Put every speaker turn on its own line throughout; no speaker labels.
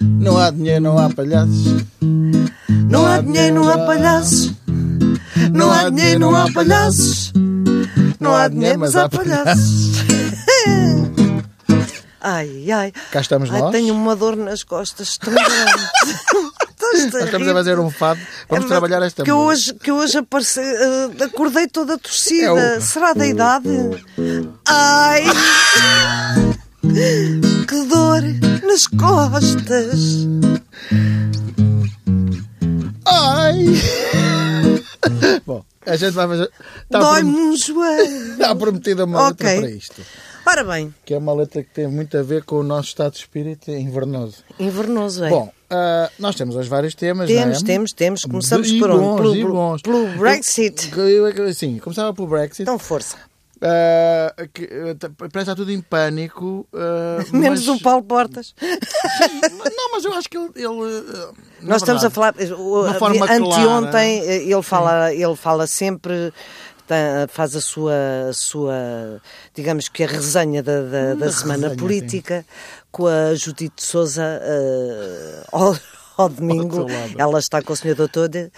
Não há dinheiro, não há palhaços.
Não há dinheiro, não há palhaços. Não há dinheiro, não há palhaços. Não há dinheiro, mas há palhaços. Ai, ai.
Cá estamos
Ai,
nós.
tenho um uma dor nas costas tão grande. Estás a
Nós estamos
rir.
a fazer um fado. Vamos
É, mas
trabalhar esta
que
música.
hoje Que hoje apareci, eh, acordei toda torcida.
É o-
Será da idade? Ai! que dor nas costas!
Ai! Bom, a gente vai fazer. Está,
Dói-me
prom-
um joelho!
está prometida uma letra
Ok.
para isto.
Ora bem,
Que é uma letra que tem muito a ver com o nosso estado de espírito invernoso.
invernoso, é?
Bom, ah, nós temos hoje vários temas,
temos,
não é?
temos, temos. Começamos
E
por
bons,
onde? Pelo,
e bons.
pelo Brexit.
Eu- eu- eu- Sim, começava pelo Brexit.
Então, força.
Ah, que, eh, t- parece que está tudo em pânico. ah,
Menos um
mas-
o Paulo Portas.
Não, mas eu acho que ele. ele, ah, na
Nós estamos
verdade,
a falar. eh, o-
Uma
a-
forma
anteontem
é?
eh, ele fala, ele fala sempre. tá- Faz a sua, a sua, digamos que a resenha da, da- da semana
Hum, resenha,
política com a Judite Souza eh, ao, ao domingo.
seu lado. Tá.
Ela está com o senhor doutor de-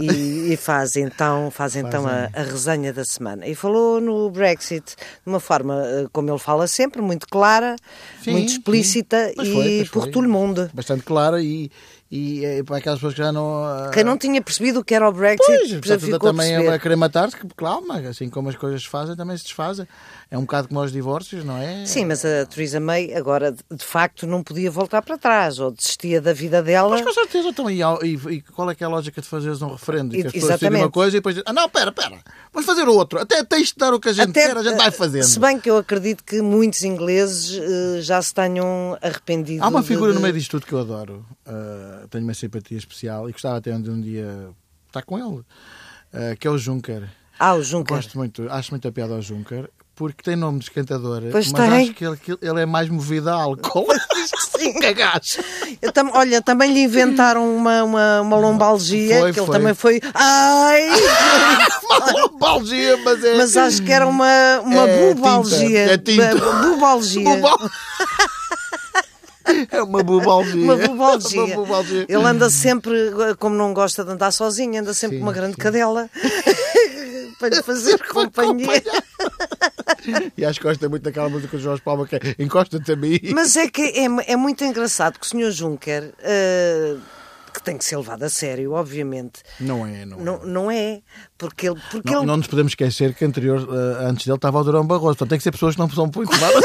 e, e faz então, faz então
um
a, a resenha da semana. E falou no Brexit de uma forma, eh, como ele fala sempre, muito clara,
Sim,
muito
sim.
explícita
Pois foi,
e
pois
por
foi.
todo o mundo.
Bastante clara e, e, eh, para aquelas pessoas que já não. ah,
Quem não tinha percebido o que era o Brexit,
Pois,
já
portanto,
ficou a
também é
perceber.
a querer matar-se, que, calma, assim como as coisas se fazem, também se desfazem. É um bocado como aos divórcios, não é?
Sim, mas a Theresa May agora, de- de facto, não podia voltar para trás, ou desistia da vida dela.
Mas com certeza, então, e, ao- e- e qual é que é a lógica de fazeres um referendo? E que
E-
as pessoas decidem uma
exatamente.
coisa e depois dizem, ah, não, pera, pera, vamos fazer outro. Até tens de dar o que a gente quer, a gente vai
eh,
fazendo.
Se bem que eu acredito que muitos ingleses eh, já se tenham arrependido.
Há uma
de-
figura
de-
no meio disto tudo que eu adoro. Ah, tenho uma simpatia especial e gostava até de um dia estar com ele, ah, que é o Juncker.
Ah, o Juncker.
Gosto muito, acho muito a piada ao Juncker, porque tem nome de escantador,
Pois
mas
tem.
acho que ele, que ele é mais movido a álcool. Diz que é sim, cagaço.
Eu tam- olha, também lhe inventaram uma, uma, uma lombalgia,
Foi,
que ele
foi.
também foi. Ai!
Uma lombalgia, mas é.
Mas acho que era uma, uma
É tinta,
bubalgia.
é tinta.
Bu- Bubalgia.
Bubal- É uma bubalgia.
Uma bubalgia.
Uma bubalgia.
Ele anda sempre, como não gosta de andar sozinho, anda sempre
Sim,
com uma grande
sim.
cadela para lhe fazer companhia.
E acho que gosta muito daquela música com o Jorge Palma que é Encosta-te a mim.
Mas é que é, é muito engraçado que o Sr. Juncker, eh, que tem que ser levado a sério, obviamente,
Não é, não é.
não, não é. Porque ele. Porque
Não,
ele
não nos podemos esquecer que anterior, eh, antes dele estava o Durão Barroso. Portanto, tem que ser pessoas que não são muito malas.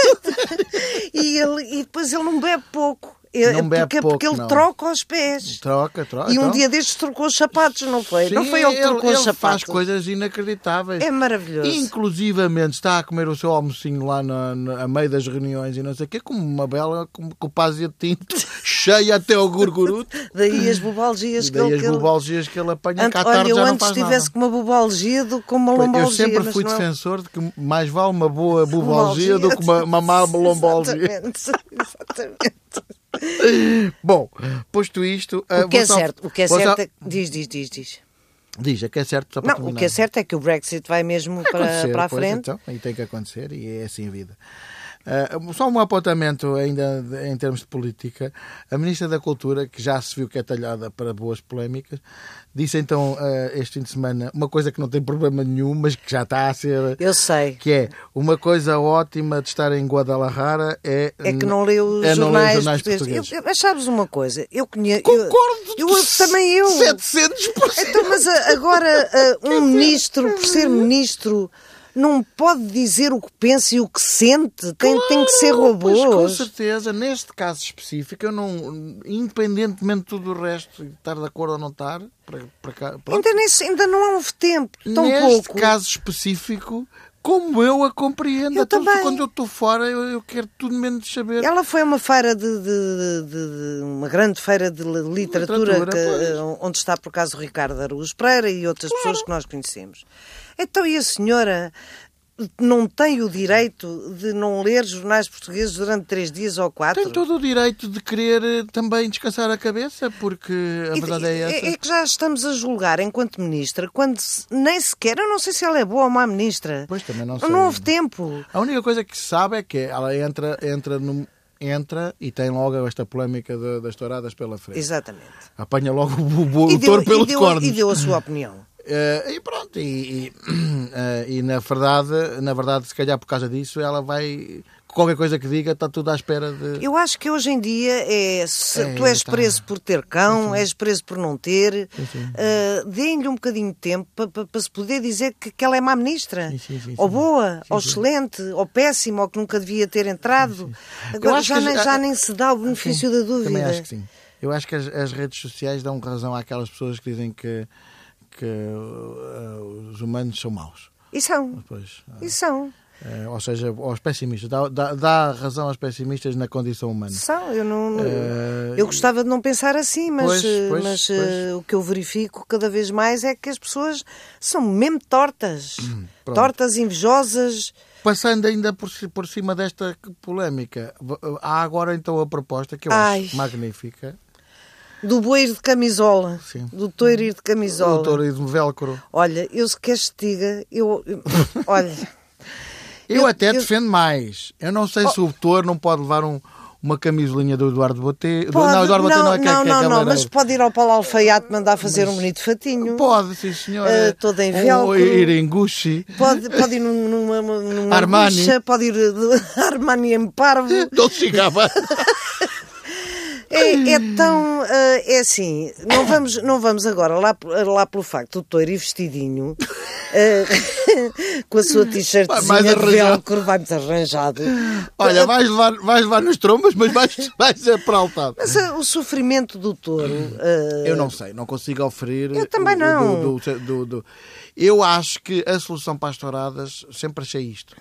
E, ele, e depois ele não bebe pouco. Eh,
Não bebe
porque,
pouco,
porque ele
não.
troca os pés.
Troca, troca.
E um
então.
dia destes trocou os sapatos, não foi? não
Sim,
foi ele que trocou os
ele faz
sapatos.
coisas inacreditáveis.
É maravilhoso.
Inclusivamente está a comer o seu almocinho lá na, na- a meio das reuniões e não sei o quê, como uma bela com, com pásia de tinto, cheia até ao gurguruto.
Daí as bubalgias
E
que ele.
daí as
que ele-
bubalgias que ele apanha
Ant-
cá à
olha,
tarde
eu
já não
antes
faz
estivesse
nada.
com uma bubalgia do que com uma lombalgia.
Eu sempre
mas
fui
não é-
defensor de que mais vale uma boa bubalgia do que uma, uma má lombalgia.
Exatamente, exatamente.
Bom, posto isto... ah,
O que é
vou só-
certo, o que é
vou só-
certo é... que- Diz, diz, diz, diz.
Diz, é que é certo só para
Não, o que
terminar.
é certo é que o Brexit vai mesmo
Vai
para,
acontecer,
para a
pois,
frente.
então, e tem que acontecer, e é assim a vida. Ah, só um apontamento ainda de- em termos de política. A Ministra da Cultura, que já se viu que é talhada para boas polémicas, disse então ah, este fim de semana uma coisa que não tem problema nenhum, mas que já está a ser.
Eu sei.
Que é uma coisa ótima de estar em Guadalajara é.
É que não leu os
é não ler
jornais,
os jornais
portugueses.
portugueses.
Eu- eu- mas sabes uma coisa? Eu conheço.
Concordo!
Eu, eu- também eu.
700%!
Então, mas a- agora a- um ministro, por ser ministro, não pode dizer o que pensa e o que sente. Tem, tem que ser
Claro, pois, com
robôs.
certeza, neste caso específico, eu não, independentemente de tudo o resto, de estar de acordo ou não estar, para, para cá, pronto.
Ainda, nem se- ainda não houve tempo, tão
neste
pouco.
caso específico, como eu a compreendo,
Eu
Então,
também. É um
quando eu estou fora, eu, eu quero tudo menos saber.
Ela foi a uma feira de, de- de- de- uma grande feira de li- literatura,
Literatura,
que, eh, onde está por acaso o Ricardo Araújo Pereira e outras pessoas que nós conhecemos. Então e a senhora não tem o direito de não ler jornais portugueses durante três dias ou quatro?
Tem todo o direito de querer eh, também descansar a cabeça, porque a
E-
verdade é essa.
é que já estamos a julgar enquanto ministra, quando se- nem sequer, eu não sei se ela é boa ou má ministra.
Pois, também não sei.
Não houve tempo.
A única coisa que se sabe é que ela entra, entra num- entra e tem logo esta polémica de- das touradas pela frente.
Exatamente.
Apanha logo o, bu-
E
o touro
e
pelos
deu-
cornos.
E deu a sua opinião.
Eh, e pronto, e, e, eh, e na verdade, na verdade, se calhar por causa disso, ela vai. Qualquer coisa que diga, está tudo à espera de.
Eu acho que hoje em dia é, se
É,
tu és
tá.
preso por ter cão, és preso por não ter, ah, deem-lhe um bocadinho de tempo para se poder dizer que, que ela é má ministra,
Sim, sim, sim,
ou
sim.
boa,
Sim,
ou
sim.
excelente, ou péssima, ou que nunca devia ter entrado. Agora
acho
já,
que
nem,
já- Ah,
já nem se dá o benefício
Sim,
é da dúvida.
Também acho que sim. Eu acho que as, as redes sociais dão razão àquelas pessoas que dizem que, que eh, os humanos são maus.
E são,
Pois,
e são,
eh, ou seja, aos pessimistas. Dá, dá, dá razão aos pessimistas na condição humana.
são. Eu, não,
Eh,
eu gostava de não pensar assim, mas,
Pois,
eh,
pois,
mas,
pois.
eh, o que eu verifico cada vez mais é que as pessoas são mesmo tortas,
Hum, pronto.
tortas, invejosas.
Passando ainda por, ci- por cima desta polémica, v- há agora então a proposta que eu
Ai.
acho magnífica.
Do boeiro de camisola.
Sim.
Do toiro ir de camisola.
O touro e de velcro.
Olha, eu se queres te diga, eu. eu- Olha.
Eu,
Eu-
até
eu- Oh.
defendo mais. Eu não sei se o touro não pode levar um- uma camisolinha do Eduardo Botelho. do-
pode-
não, Eduardo Botelho não é que é,
não,
que é
não, não,
cabeleireiro.
mas pode ir ao Paulo Alfaiate mandar fazer um bonito fatinho.
Pode, sim, senhora. Um
Eh, toda em velcro.
Ou ir em Gucci.
Pode, pode ir num- numa, numa
Armani.
bucha, pode ir de Armani em parvo.
Dolce Gabbana.
É, é tão. eh, é assim, não vamos, não vamos agora lá, lá pelo facto do toiro ir vestidinho, eh, com a sua t-shirt
Vai mais
de
arranjado.
velcro, vai-nos arranjado.
Olha, vais levar, vais levar nos trombas, mas vais, vais ser peraltado.
Mas ah, o sofrimento do touro. ah,
Eu não sei, não consigo oferir. eh,
Eu também não.
do- do- do- do- Eu acho que a solução para as touradas, sempre achei isto.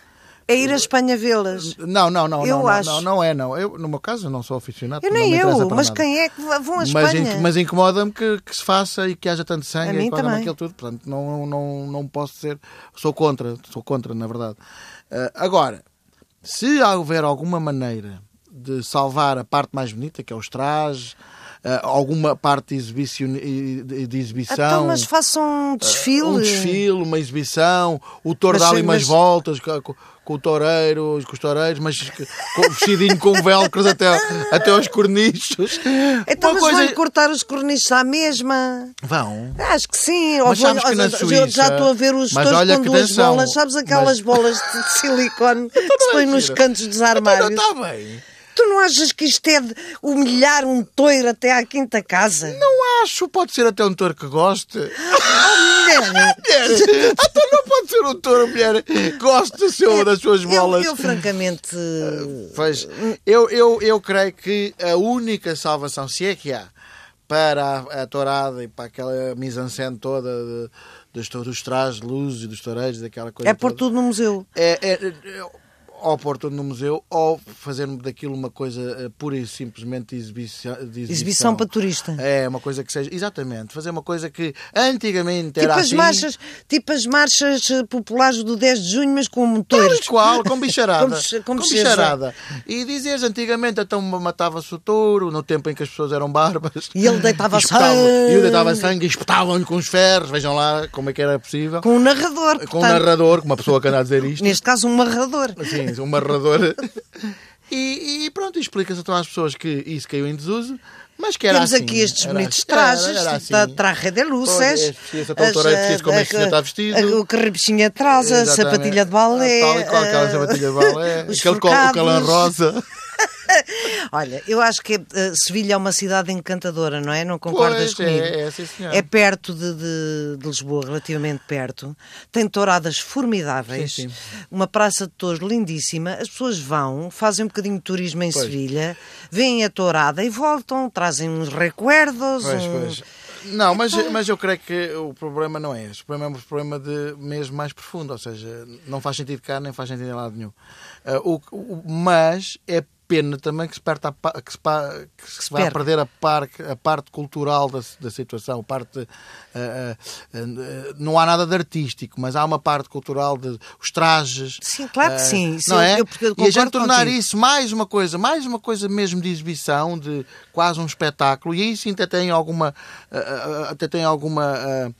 É ir à Espanha vê-las.
Não, não, não,
Eu
não, não,
acho.
não, não é, não. Eu, no meu caso, eu não sou aficionado.
Eu
não
nem
me interessa
eu,
para
mas
nada.
quem é que vão à
Mas,
Espanha?
in- mas incomoda-me que, que se faça e que haja tanto
A
sangue
mim
e coisa
também.
naquilo tudo. Portanto, não, não, não posso ser. Sou contra, sou contra, na verdade. Ah, agora, se houver alguma maneira de salvar a parte mais bonita, que é os trajes, ah, alguma parte de, exibicio- de- de
Então,
exibição.
mas façam um desfile.
Um desfile, uma exibição, o touro
Mas-
dá ali umas
mas-
voltas co- co- com, o toureiro, com os toureiros, mas que- com o vestidinho com velcros até, até aos cornichos.
Então,
Uma é-
mas vão cortar os cornichos à mesma.
Vão.
Acho que sim. Ou
Mas
vão-
sabes que
ou-
na
eu
Suíça-
já estou a ver os
Mas
touros
olha
com
que
duas
atenção.
bolas. Sabes
Mas-
aquelas bolas de de silicone que se
Toda
põem
a
nos
gira. Então,
cantos dos
Não tá-
armários?
está bem.
Tu não achas que isto é de humilhar um toiro até à quinta casa?
Não acho. Pode ser até um touro que goste.
Mulher,
Mulher, até não pode ser um touro, mulher. Goste do seu, das suas
eu-
bolas.
eu francamente.
Pois, eu, eu, eu creio que a única salvação, se é que há, para a, a tourada e para aquela mise-en-scène toda de- dos, to- dos trajes, de luzes e dos toureiros, daquela coisa
É pôr
toda,
tudo no museu.
é, é, é, ou pôr tudo no museu ou fazer daquilo uma coisa eh, pura e simplesmente de exibição, de exibição.
Exibição para turista.
É, uma coisa que seja... Exatamente, fazer uma coisa que antigamente
Tipo
era
as,
assim...
marchas, tipo as marchas eh, populares do 10 de junho, mas com
Tal
motores.
e qual, com bicharada.
Com bich- com
com
bicheza.
bicharada. E dizias antigamente, então matava-se o touro, no tempo em que as pessoas eram barbas.
E ele deitava
E espetavam-
sangue.
E ele deitava sangue e espetavam-lhe com os ferros, vejam lá como é que era possível. Com,
Com um narrador.
um
portanto,
narrador, com uma pessoa que anda a dizer isto.
Neste caso, um narrador.
Sim, um narrador. E, e pronto, e explica-se então às pessoas que isso caiu em desuso, mas que era
Temos
assim.
aqui estes
era
bonitos
assim, era-
trajes,
era assim.
da traje de
Pois,
luces.
este vestido, então, o toureiro
as,
vestido como
eh,
este senhor está vestido.
eh, O que rebichinha traz, a
Exatamente.
sapatilha de balé.
Tal e qual aquela
eh,
sapatilha de balé,
os
aquele col- o colã
forcados.
rosa.
Olha, eu acho que eh, Sevilha é uma cidade encantadora, não é? Não
Pois,
concordas comigo?
é, é, sim, senhora.
É perto de, de- de Lisboa, relativamente perto. Tem touradas formidáveis.
Sim, sim.
Uma praça de touros lindíssima. As pessoas vão, fazem um bocadinho de turismo em
Pois.
Sevilha, veem a tourada e voltam, trazem uns recuerdos.
Pois,
um-
pois. Não, mas,
Então-
mas eu creio que o problema não é esse. O problema é um problema de mesmo mais profundo, ou seja, não faz sentido cá nem faz sentido em lado nenhum. Ah, o, o- mas é pena também que se, perta a pa- que se, pa- que se vai
perca.
perder a, par, a parte cultural da, da situação. a Parte, ah, ah, ah, não há nada de artístico, mas há uma parte cultural de os trajes.
Sim, claro que
ah,
sim. Isso
não
eu-
é?
eu- porque eu
e a gente
concordo
tornar
contigo.
isso mais uma coisa, mais uma coisa mesmo de exibição, de quase um espetáculo, e aí sim até tem alguma, ah, ah, até tem alguma ah,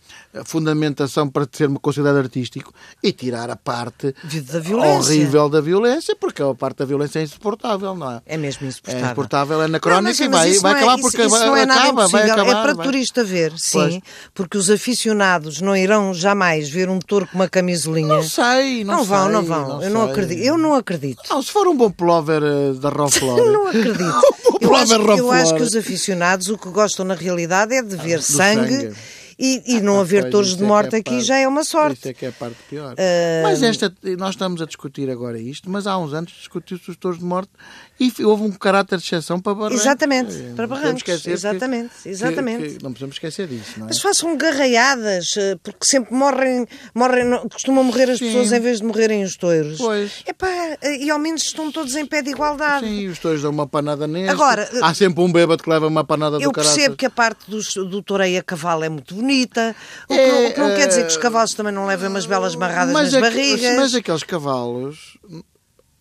fundamentação para ser considerado artístico e tirar a parte
Vida da violência.
horrível da violência, porque a parte da violência é insuportável, não é?
É mesmo insuportável.
É insuportável, é anacrónico e vai,
isso
vai
não é-
acabar
isso-
porque
isso
vai,
não é nada
acaba, vai
impossível.
acabar.
É para
vai.
turista ver, sim,
Pois.
porque os aficionados não irão jamais ver um touro com uma camisolinha.
Não sei, não,
Não vão,
sei,
não vão. Eu não
sei.
acredito. Eu não acredito.
Não, se for um bom plover eh, da Roflora.
Eu não acredito.
um bom
Eu acho,
plover
que- eu acho que
Roflora.
os aficionados o que gostam na realidade é de ver sangue,
Ah, sangue.
e, e não
Ah,
haver
pois,
touros
isso
de
é que
morte
é
aqui
parte-
já é uma
Isso
sorte. Ah,
é que é a parte pior. Mas esta, nós estamos a discutir agora isto, mas há uns anos discutiu-se os touros de morte e f- houve um caráter de exceção para barrancos.
Exatamente,
Eh,
para
não podemos
barrancos,
esquecer que-
exatamente,
que-
exatamente.
que- não podemos esquecer disso, não é?
Mas façam garraiadas, eh, porque sempre morrem, morrem não- costumam morrer as
Sim.
pessoas em vez de morrerem os touros.
Pois.
Epá, eh, e ao menos estão todos em pé de igualdade.
Sim, os touros dão uma panada neste.
Agora, eh,
há sempre um bêbado que leva uma panada
Eu
do caráter.
percebo que a parte dos, do toureio a cavalo é muito bonita, o que,
É,
não, o que não quer dizer que os
eh,
cavalos também não levem umas belas marradas nas
aque-
barrigas.
Mas é aqueles cavalos.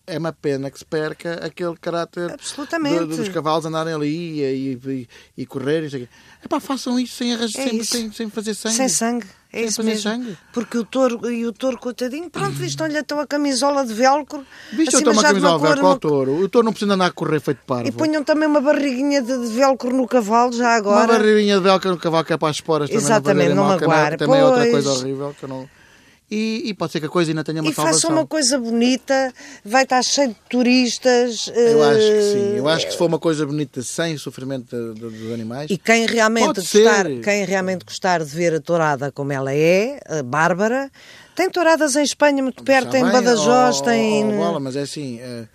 É uma pena que se perca aquele caráter
Absolutamente.
do- dos cavalos andarem ali e, e, e correr. E sei Epá, façam isso sem, arras-
É
sem,
isso.
sem, sem fazer sangue.
Sem sangue. É
Sem
isso
fazer
mesmo.
sangue.
Porque o touro, e o touro, coitadinho, pronto, vistam-lhe então a camisola de velcro.
Visto eu
acima
estou uma
já de
camisola
uma
velcro
cor,
ao touro. O touro não precisa andar a correr feito parvo.
E ponham também uma barriguinha de, de velcro no cavalo, já
Uma
agora.
barriguinha de velcro no cavalo que é para as esporas também
Exatamente, não
não fazerem mal, que é-
magoar.
Também é outra
Pois.
coisa horrível que eu não... E, e pode ser que a coisa ainda tenha uma
E façam
salvação.
uma coisa bonita, vai estar cheio de turistas.
Eu acho que
eh,
sim. Eu acho que se for uma coisa bonita sem sofrimento do- do- dos animais.
E quem realmente,
Pode ser.
gostar, quem realmente gostar de ver a tourada como ela é, a Bárbara, tem touradas em Espanha muito perto,
Está
tem em
bem,
Badajoz,
ó-
tem.
ó, oh, bola, mas é assim. eh,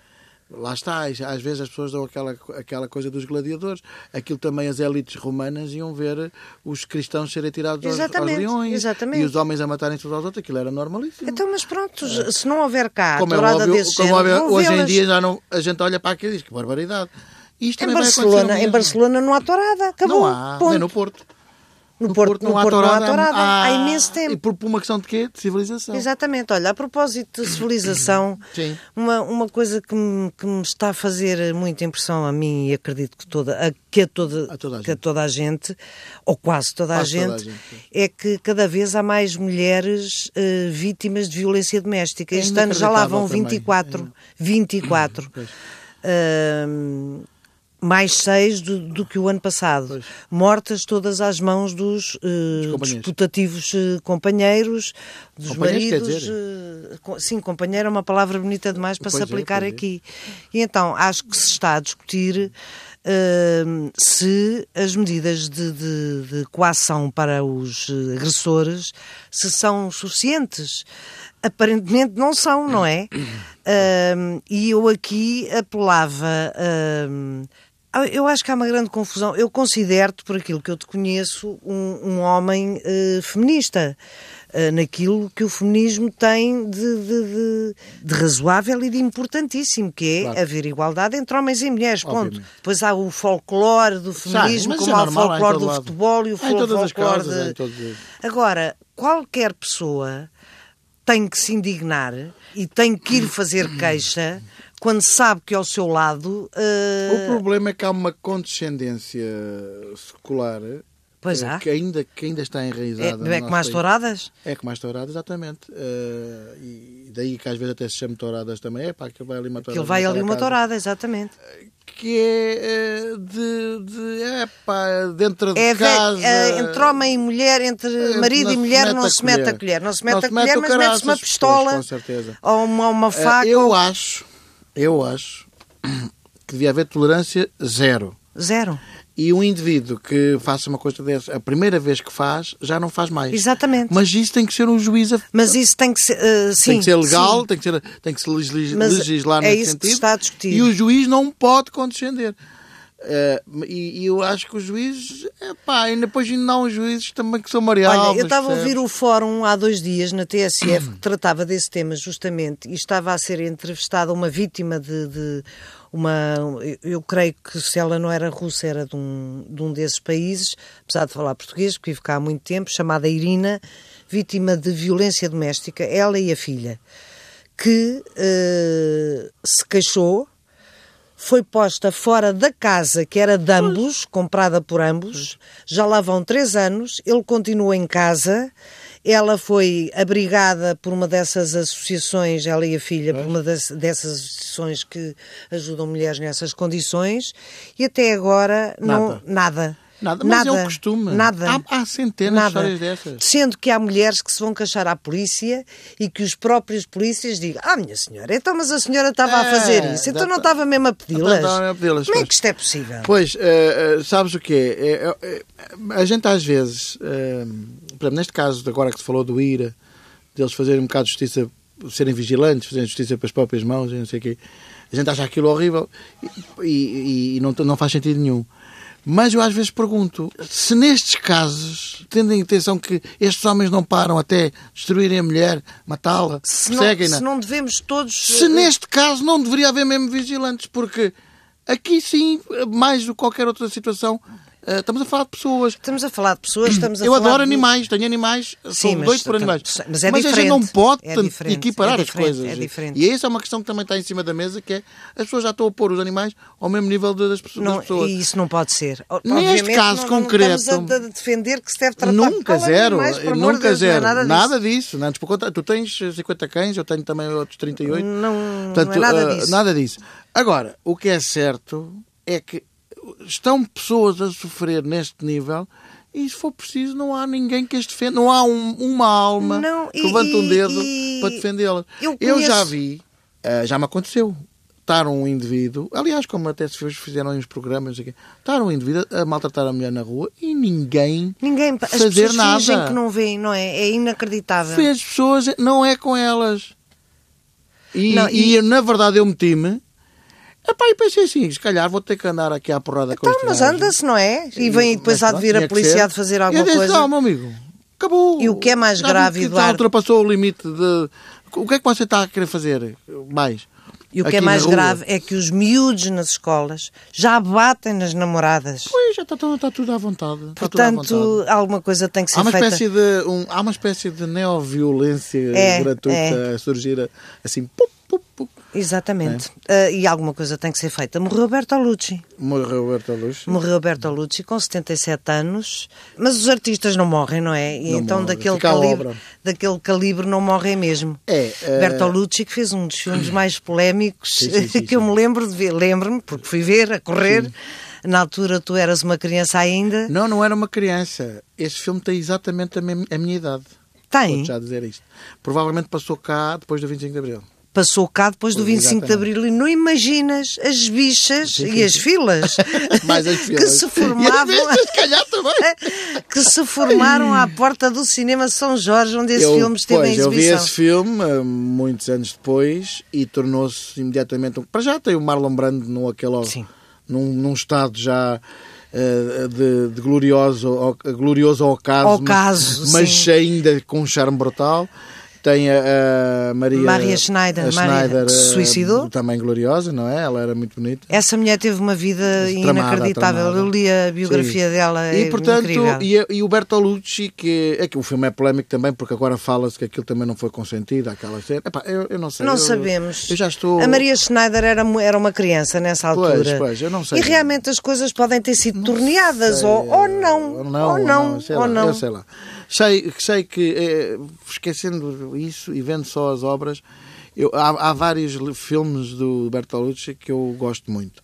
Lá está, às às vezes as pessoas dão aquela, aquela coisa dos gladiadores. Aquilo também as elites romanas iam ver os cristãos serem tirados aos, aos
Exatamente,
leões
exatamente.
e os homens a matarem-se uns aos outros. Aquilo era normalíssimo.
Então, mas pronto, se não houver cá
Eh, como é
tourada
óbvio,
desse
como
género,
óbvio,
vão
hoje em
vê-las.
dia já não, a gente olha para aquilo e diz que barbaridade. E Isto
em
também vai acontecer o
Barcelona, em
mesmo.
Barcelona não há tourada, acabou.
Não há,
ponto.
nem no Porto.
No Porto- no Porto não há tourada. Há imenso tempo.
E por por uma questão de quê? De civilização.
Exatamente, olha, a propósito de civilização,
Sim.
uma, uma coisa que me, que me está a fazer muita impressão a mim e acredito que, toda, a, que, a toda,
A toda a
que
gente.
toda a gente, ou quase toda,
Quase
a, gente,
toda a gente,
é que cada vez há mais mulheres eh, vítimas de violência doméstica.
É
este ano já lá vão
inacreditável É.
24. 24. Ahm, mais seis do, do que o ano passado, mortas todas às mãos dos eh,
companheiros.
disputativos eh, companheiros, dos
Companheiros, quer
maridos.
dizer?
eh, co- Sim, companheiro é uma palavra bonita demais para
Pois
se
é,
aplicar
pois é.
aqui. E então, acho que se está a discutir hum, se as medidas de, de- de coação para os eh, agressores se são suficientes. Aparentemente não são, não é? Hum, e eu aqui apelava. hum, ah, Eu acho que há uma grande confusão. Eu considero-te, por aquilo que eu te conheço, um, um homem eh, feminista. eh, naquilo que o feminismo tem de, de- de- de razoável e de importantíssimo, que é
Claro.
haver igualdade entre homens e mulheres. Ponto.
Obviamente.
Depois há o folclore do feminismo,
mas isso
como
é
há o
normal, há em
folclore
todo
do
lado.
futebol e o
Há em todas as
folclore
causas,
de-
há em todos os-
Agora, qualquer pessoa tem que se indignar e tem que ir fazer queixa quando sabe que ao seu lado. eh,
O problema é que há uma condescendência secular
Pois
eh,
há.
que, ainda, que ainda está enraizada. no
É, é
nosso
que mais
país.
touradas?
É que mais tourada, exatamente. Eh, e daí que às vezes até se chama touradas também. É pá, aquilo vai ali uma tourada.
Aquilo vai
matar
ali
a
uma
casa.
tourada, exatamente.
Que é eh, de. de é pá, dentro de
É, ve-
casa.
é, entre homem e mulher, entre
eh,
marido e
se
mulher,
mete
não
a
se mete a colher. Não se mete a colher,
o
mas mete-se uma
caraças,
pistola
pois, com certeza.
ou uma, uma
Eh,
faca.
Eu acho, eu acho que devia haver tolerância zero.
Zero.
E um indivíduo que faça uma coisa dessa, a primeira vez que faz, já não faz mais.
Exatamente. Mas,
Mas isso tem que ser um juiz a...
isso tem que ser, eh, sim,
tem que ser legal,
sim.
tem que, ser, tem que se legis-
Mas
legislar
é
nesse
isso que se
sentido.
está a discutir.
E o juiz não pode condescender. Eh, e, e eu acho que os juízes, epá, ainda depois ainda há uns juízes também que são mareados.
Olha, eu estava a
percebes?
ouvir o fórum há dois dias na TSF que tratava desse tema justamente e estava a ser entrevistada uma vítima de, de uma. eu- Eu creio que se ela não era russa, era de um, de um desses países, apesar de falar português, porque vive cá há muito tempo, chamada Irina, vítima de violência doméstica, ela e a filha, que eh, se queixou foi posta fora da casa que era de ambos, comprada por ambos. Já lá vão três anos, ele continua em casa Ela foi abrigada por uma dessas associações, ela e a filha,
É?
por uma das- dessas associações que ajudam mulheres nessas condições e até agora não.
Nada.
Nada.
Nada, mas é um costume.
Nada.
Há, há centenas
Nada.
de histórias dessas.
Sendo que há mulheres que se vão queixar à polícia e que os próprios polícias digam: Ah, minha senhora, então, mas a senhora estava a
É,
fazer isso, então
dá
não
pra-
estava mesmo a pedi-las.
Não estava a pedi-las,
Como é
pois.
que isto é possível?
Pois, eh, eh, sabes o que é? a gente às vezes, eh, por exemplo, neste caso de agora que se falou do IRA, deles fazerem um bocado de justiça, serem vigilantes, fazerem justiça pelas próprias mãos e não sei o quê, a gente acha aquilo horrível e, e- e não, não faz sentido nenhum. Mas eu às vezes pergunto se nestes casos, tendo em atenção que estes homens não param até destruírem a mulher, matá-la,
Se não,
perseguem-na,
se não devemos todos. eh,
se neste caso não deveria haver mesmo vigilantes, porque aqui sim, mais do que qualquer outra situação, eh, estamos a falar de pessoas.
Estamos a falar de pessoas, estamos a
Eu
falar
adoro
de-
animais, tenho animais,
Sim,
sou
mas-
doido por animais.
mas é
a gente
diferente,
não pode
é
tanto
diferente,
equiparar
é
as
diferente,
coisas.
é diferente.
E essa é uma questão que também está em cima da mesa, que é as pessoas já estão a pôr os animais ao mesmo nível das, das
Não,
pessoas.
e isso não pode ser. O-
Neste
Obviamente,
caso
não- não
concreto-
Estamos a de- defender que se deve tratar é
Nunca
com
zero,
animais, por amor de
nunca
Deus, não é
zero.
Nada, disso.
disso. Não, desculpa, conta- tu tens eh, 50 cães, eu tenho também outros 38.
Não, não é nada
eh,
disso.
nada disso. Agora, o que é certo é que estão pessoas a sofrer neste nível e, se for preciso, não há ninguém que as defenda. Não há um- uma alma
Não,
que
e-
levante um
e-
dedo
e-
para defendê-las.
Eu
já
conheço-
vi, eh, já me aconteceu. Estar um indivíduo, aliás, como até se fez- fizeram aí uns programas, não sei o quê, estar um indivíduo a maltratar a mulher na rua e ninguém
Ninguém, as
fazer
pessoas
nada.
fingem que não veem, não é? É inacreditável.
Fez pessoas, não é com elas. E,
Não,
e
e-
eu, na verdade eu meti-me. Epá, e pensei assim, se calhar vou ter que andar aqui à porrada com
Então,
este
mas
gajo.
anda-se, não é? E vem depois
Mas
há de
pronto,
vir
tinha
a
que
polícia
ser.
há de fazer alguma
eu disse,
coisa.
"Ah, meu amigo, acabou.
E o que é mais
Já vi
grave,
que já
Eduardo?
ultrapassou o limite de... O que é que você está a querer fazer mais?
E o que
Aqui
é
na
mais
rua?
grave é que os miúdos nas escolas já batem nas namoradas.
Pois, já está, tudo- está tudo à vontade. está Tá tudo à vontade.
Portanto, alguma coisa tem que ser
Há uma,
feita.
espécie de, um, há uma espécie de neoviolência
É,
gratuita
é.
a surgir a- assim. Pup, pup, pup.
Exatamente. Ah, e alguma coisa tem que ser feita. Morreu Bertolucci.
Morreu Bertolucci.
Morreu Bertolucci com 77 anos, mas os artistas não morrem, não é? E
Não
então
morrem.
daquele
Fica a
calibre,
obra.
daquele calibre não morrem mesmo.
É, eh,
Bertolucci que fez um dos filmes mais polémicos
Sim, sim, sim,
que eu me lembro de ver, lembro-me porque fui ver a correr. Na altura tu eras uma criança ainda.
Não, não era uma criança. Este filme tem exatamente a, mem- a minha idade.
Tem.
Vou-te já dizer isto. Provavelmente passou cá depois do 25 de Abril.
Passou cá depois do
Pois,
25 de
exatamente.
Abril e não imaginas as bichas
Sim,
e as filas
Mais as
que
filas.
se
E às
formavam.
vezes, se calhar, também.
que se formaram à porta do cinema São Jorge, onde esse
eu,
filme esteve
pois,
em
eu vi
exibição.
esse filme eh, muitos anos depois e tornou-se imediatamente um. Para já tem o Marlon Brando no aquele,
Sim.
num, num estado já eh, de, de glorioso, ao- glorioso ao caso,
Ao
mas-
caso,
mas
sim.
ainda com um charme brutal. Tem a, a Maria,
Maria Schneider,
a
Maria, que se
eh,
suicidou.
também gloriosa, não é? Ela era muito bonita.
Essa mulher teve uma vida
Tramada,
inacreditável.
tramada.
Eu li a biografia
Sim.
dela,
E,
é
portanto,
incrível.
e, e o Bertolucci, que é que o filme é polémico também, porque agora fala-se que aquilo também não foi consentido, aquela cena. Epá, eu, eu não sei.
Não
eu-
sabemos.
Eu já estou.
A Maria Schneider era, mu- era uma criança nessa
Pois,
altura.
pois, eu não sei.
E realmente as coisas podem ter sido torneadas,
sei,
ou, ou não,
Ou não,
ou não,
sei
ou
lá,
não.
Eu sei lá. Sei, sei que, eh, esquecendo isso e vendo só as obras, eu- há, há vários li- filmes do Bertolucci que eu gosto muito.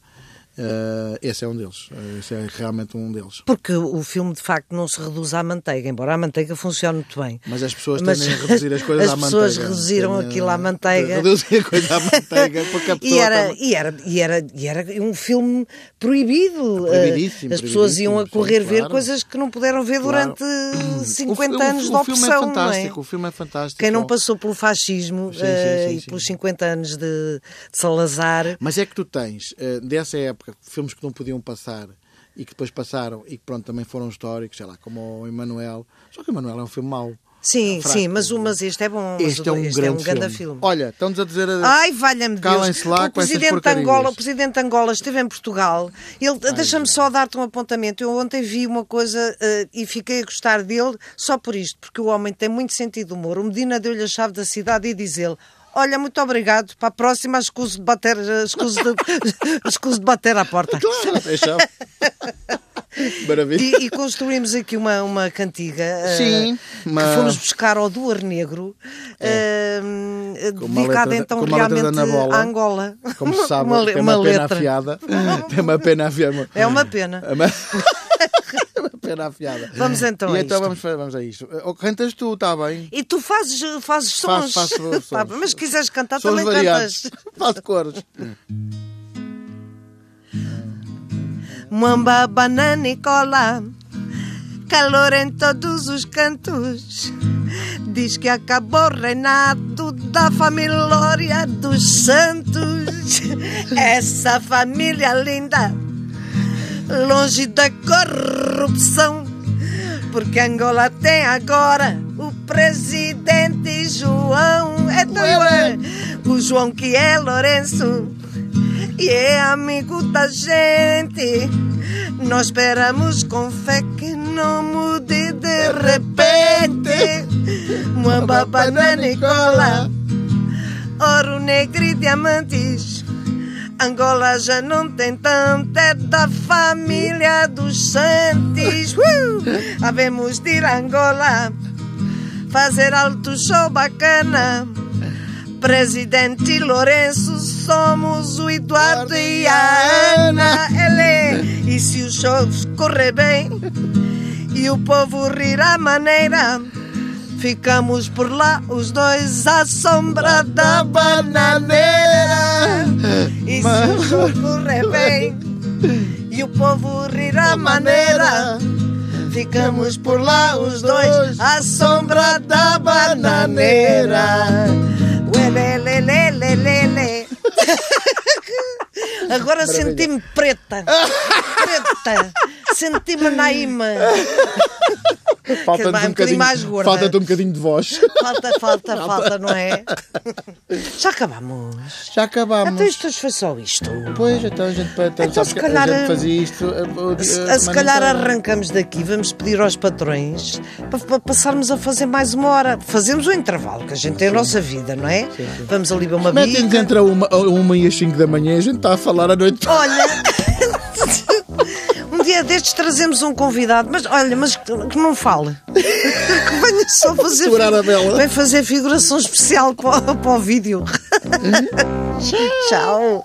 Eh, esse é um deles. Esse é realmente um deles.
Porque o filme de facto não se reduz à manteiga, embora a manteiga funcione muito bem.
Mas as pessoas
Mas
tendem a reduzir as coisas
as
à manteiga.
pessoas reduziram
Tendem a-
aquilo à manteiga.
Reduzir a coisa à manteiga porque a pessoa.
e, era, hum,
também-
e, era, e, era, e era um filme proibido.
É proibidíssimo,
Ah, As pessoas
proibidíssimo,
iam a
sim,
correr ver
claro.
coisas que não puderam ver
Claro.
durante
O fi-
50
o
anos
fi-
de
o filme é
opção. não é?
fantástico, O filme é fantástico.
Quem não passou pelo fascismo
Sim, sim,
eh,
sim,
e
sim.
pelos 50 anos de, de Salazar,
Mas é que tu tens, eh, dessa época, filmes que não podiam passar e que depois passaram e que pronto, também foram históricos, sei lá, como o Emanuel. Só que o Emanuel é um filme mau.
sim,
Fraco.
sim, mas, o- mas este é bom. mas
Este é
o-
um
este é um
grande
grande
filme.
filme.
Olha, estão-nos a dizer. a-
Ai, valha-me Deus.
Calem-se lá
o
com essas
presidente de
porcarias.
Angola, o presidente de Angola esteve em Portugal. Ele, deixa-me só dar-te um apontamento. Eu ontem vi uma coisa eh, e fiquei a gostar dele só por isto, porque o homem tem muito sentido de humor. O Medina deu-lhe a chave da cidade e diz-lhe: Olha, muito obrigado. Para a próxima, escuso
Então,
eh, de bater, escuso de, escuso de bater à porta.
Claro, é chave. Maravilha.
E, e construímos aqui uma, uma cantiga eh,
Sim,
que
uma- É.
fomos buscar ao Duar Negro, eh,
Com uma
dedicada
letra-
então
com uma letra da
realmente
Ana Bola.
à Angola.
Como se sabe,
le-
tem uma, pena afiada. Tem uma pena afiada.
É uma pena.
É uma... é uma pena afiada.
Vamos então
E
a
então
isto.
vamos, fa- vamos a isto. Ou cantas tu, está bem.
E tu fazes, fazes sons.
Faço- faço
Pá,
sons.
Mas se quiseres cantar,
São os
também
variados.
cantas.
Faço cores.
Muamba, banana e cola Calor em todos os cantos Diz que acabou o reinado Da família dos santos Essa família linda Longe da corrupção Porque Angola tem agora O presidente João É tão bom. O João que é Lourenço e é amigo da gente. Nós esperamos com fé que não mude de repente. Uma banana Nicola, ouro negro e diamantes. Angola já não tem tanto, é da família dos Santos. Uh! Havemos de ir a Angola, fazer alto show bacana. Presidente Lourenço, somos o Eduardo e a Ana. Ele. E se o show correr bem e o povo rir à maneira, ficamos por lá os dois à sombra da bananeira. E se o show correr bem e o povo rir à maneira, ficamos por lá os dois à sombra da bananeira. Uelelelelelele. Agora senti-me preta. Preta. Senti-me naima.
Falta-te
Vai um bocadinho mais gorda.
falta-te um bocadinho de voz.
Falta, falta, falta, não é? Já acabamos.
Já acabámos.
Então isto hoje foi só isto.
Pois, então a gente, então,
Então,
sabe
se
que
calhar,
a gente fazia isto. eh, A,
A se- a se calhar arrancamos daqui, vamos pedir aos patrões para, para passarmos a fazer mais uma hora. Fazemos um intervalo, que a gente tem a nossa vida, não é? Vamos ali ver uma
Metem-nos
bica.
entre a uma, a uma e as 5 da manhã e a gente está a falar à noite.
Olha, um dia destes trazemos um convidado, mas olha, mas que que não fale. Que venha só fazer.
Segurar a vela.
Vem
Uhum.
fazer figuração especial para, o- para o vídeo. Tchau.